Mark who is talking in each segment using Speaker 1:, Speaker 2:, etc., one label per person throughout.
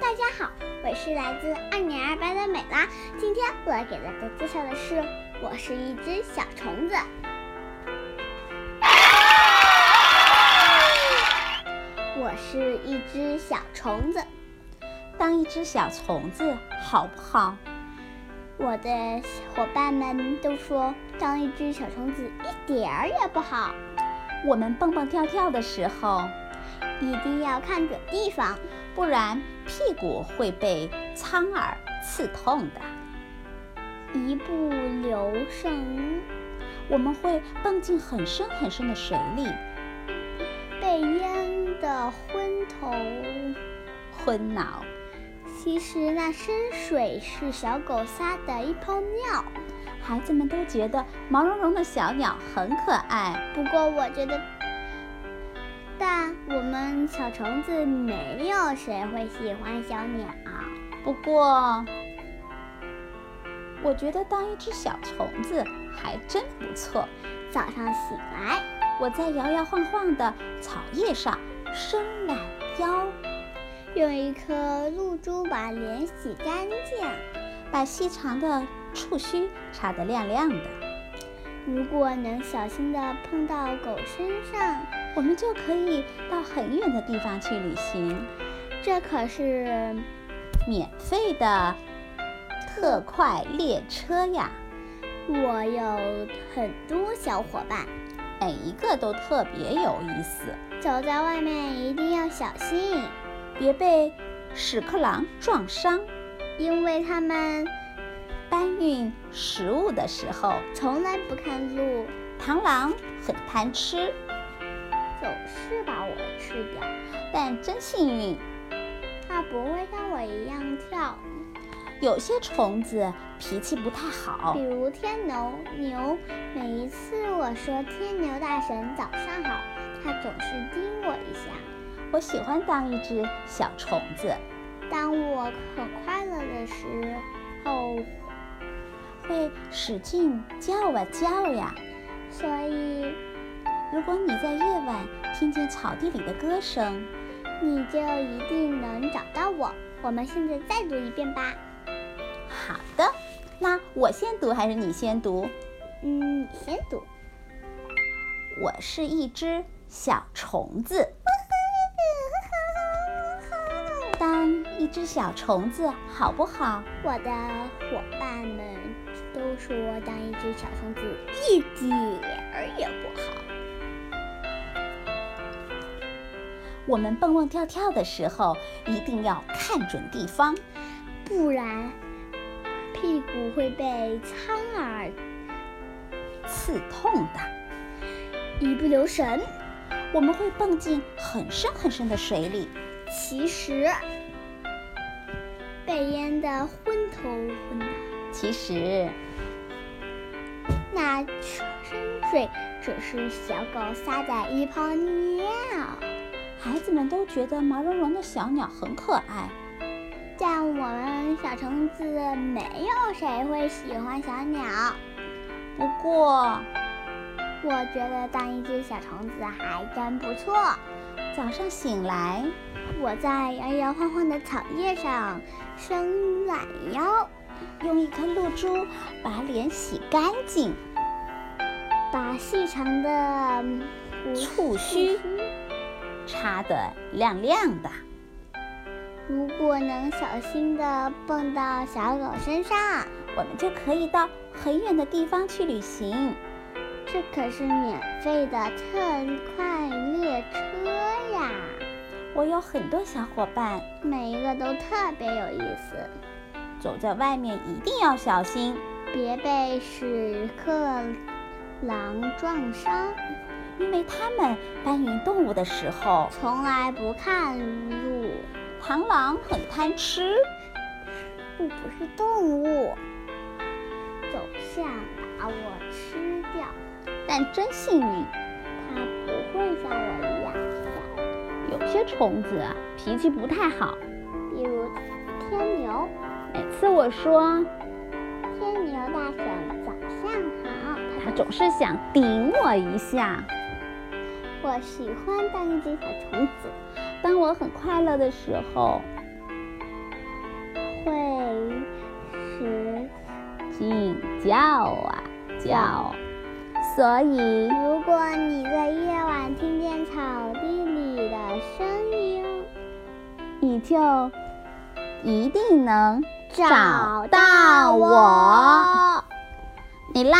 Speaker 1: 大家好，我是来自二年二班的美拉。今天我要给大家介绍的是《我是一只小虫子》。我是一只小虫子，
Speaker 2: 当一只小虫子好不好？
Speaker 1: 我的伙伴们都说当一只小虫子一点儿也不好，
Speaker 2: 我们蹦蹦跳跳的时候，
Speaker 1: 一定要看准地方。
Speaker 2: 不然屁股会被苍耳刺痛的。
Speaker 1: 一不留神
Speaker 2: 我们会蹦进很深很深的水里，
Speaker 1: 被淹得昏头。
Speaker 2: 昏脑。
Speaker 1: 其实那深水是小狗撒的一泡尿，
Speaker 2: 孩子们都觉得毛茸茸的小鸟很可爱，
Speaker 1: 不过我觉得，但我们小虫子没有谁会喜欢小鸟。
Speaker 2: 不过，我觉得当一只小虫子还真不错。
Speaker 1: 早上醒来，
Speaker 2: 我在摇摇晃晃的草叶上伸懒腰，
Speaker 1: 用一颗露珠把脸洗干净。
Speaker 2: 把细长的触须擦得亮亮的，
Speaker 1: 如果能小心地碰到狗身上，
Speaker 2: 我们就可以到很远的地方去旅行，
Speaker 1: 这可是
Speaker 2: 免费的特快列车呀！
Speaker 1: 我有很多小伙伴。
Speaker 2: 每一个都特别有意思，
Speaker 1: 走在外面一定要小心，
Speaker 2: 别被屎壳郎撞伤。
Speaker 1: 因为他们
Speaker 2: 搬运食物的时候，
Speaker 1: 从来不看路，
Speaker 2: 螳螂很贪吃，
Speaker 1: 总是把我吃掉。
Speaker 2: 但真幸运，
Speaker 1: 它不会像我一样跳，
Speaker 2: 有些虫子脾气不太好
Speaker 1: 比。如天牛牛。每一次我说天牛大神早上好，它总是叮我一下。
Speaker 2: 我喜欢当一只小虫子，
Speaker 1: 当我很快乐的时候，
Speaker 2: 会使劲叫啊叫呀。
Speaker 1: 所以
Speaker 2: 如果你在夜晚听见草地里的歌声，
Speaker 1: 你就一定能找到我。我们现在再读一遍吧。
Speaker 2: 好的，那我先读还是你先读？
Speaker 1: 嗯，你先读。
Speaker 2: 我是一只小虫子。 当一只小虫子好不好？
Speaker 1: 我的伙伴们都说当一只小虫子一点儿也不好。
Speaker 2: 我们蹦蹦跳跳的时候，一定要看准地方，
Speaker 1: 不然屁股会被苍耳
Speaker 2: 刺痛的。
Speaker 1: 一不留神。
Speaker 2: 我们会蹦进很深很深的水里，
Speaker 1: 其实被淹得昏头昏脑。
Speaker 2: 其实
Speaker 1: 那深水只是小狗撒的一泡尿，
Speaker 2: 孩子们都觉得毛茸茸的小鸟很可爱，
Speaker 1: 但我们小虫子没有谁会喜欢小鸟。
Speaker 2: 不过
Speaker 1: 我觉得当一只小虫子还真不错。
Speaker 2: 早上醒来，
Speaker 1: 我在摇摇晃晃的草叶上伸懒腰，
Speaker 2: 用一颗露珠把脸洗干净，
Speaker 1: 把细长的胡
Speaker 2: 触须擦得亮亮的。
Speaker 1: 如果能小心地蹦到小狗身上，
Speaker 2: 我们就可以到很远的地方去旅行。
Speaker 1: 这可是免费的特快列车呀！
Speaker 2: 我有很多小伙伴，
Speaker 1: 每一个都特别有意思，
Speaker 2: 走在外面一定要小心，
Speaker 1: 别被屎壳郎撞伤，
Speaker 2: 因为他们搬运动物的时候，
Speaker 1: 从来不看路。
Speaker 2: 螳螂很贪吃。
Speaker 1: 又不是动物，总想把我吃掉，
Speaker 2: 但真幸运，
Speaker 1: 它不会像我一样跳，
Speaker 2: 有些虫子啊脾气不太好。
Speaker 1: 比如天牛。
Speaker 2: 每次哎我说，
Speaker 1: 天牛大婶，早上好。
Speaker 2: 它总是想顶我一下。
Speaker 1: 我喜欢当一只小虫子，
Speaker 2: 当我很快乐的时候，
Speaker 1: 会时，
Speaker 2: 静叫啊叫，所以
Speaker 1: 如果你在夜晚听见草地里的声音，
Speaker 2: 你就一定能
Speaker 1: 找
Speaker 2: 到我。
Speaker 1: 我。
Speaker 2: 米拉，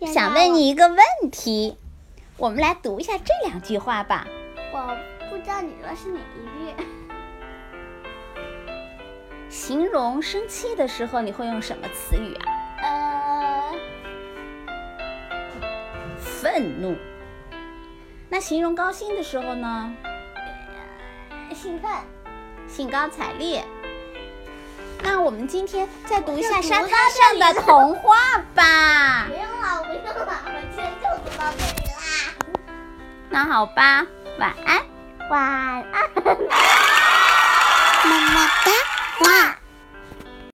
Speaker 1: 现
Speaker 2: 想
Speaker 1: 在
Speaker 2: 问你一个问题，我们来读一下这两句话吧。
Speaker 1: 我，我不知道你说是哪一句。
Speaker 2: 形容生气的时候，你会用什么词语啊？
Speaker 1: 呃，
Speaker 2: 愤怒。那形容高兴的时候呢？
Speaker 1: 兴奋。啊
Speaker 2: 兴高采烈。那我们今天再读一下
Speaker 1: 我就
Speaker 2: 沙
Speaker 1: 读
Speaker 2: 滩上的童话吧
Speaker 1: 不。用了，不用了，我今天就读到这里啦。
Speaker 2: 那好吧，晚安。
Speaker 1: 晚安。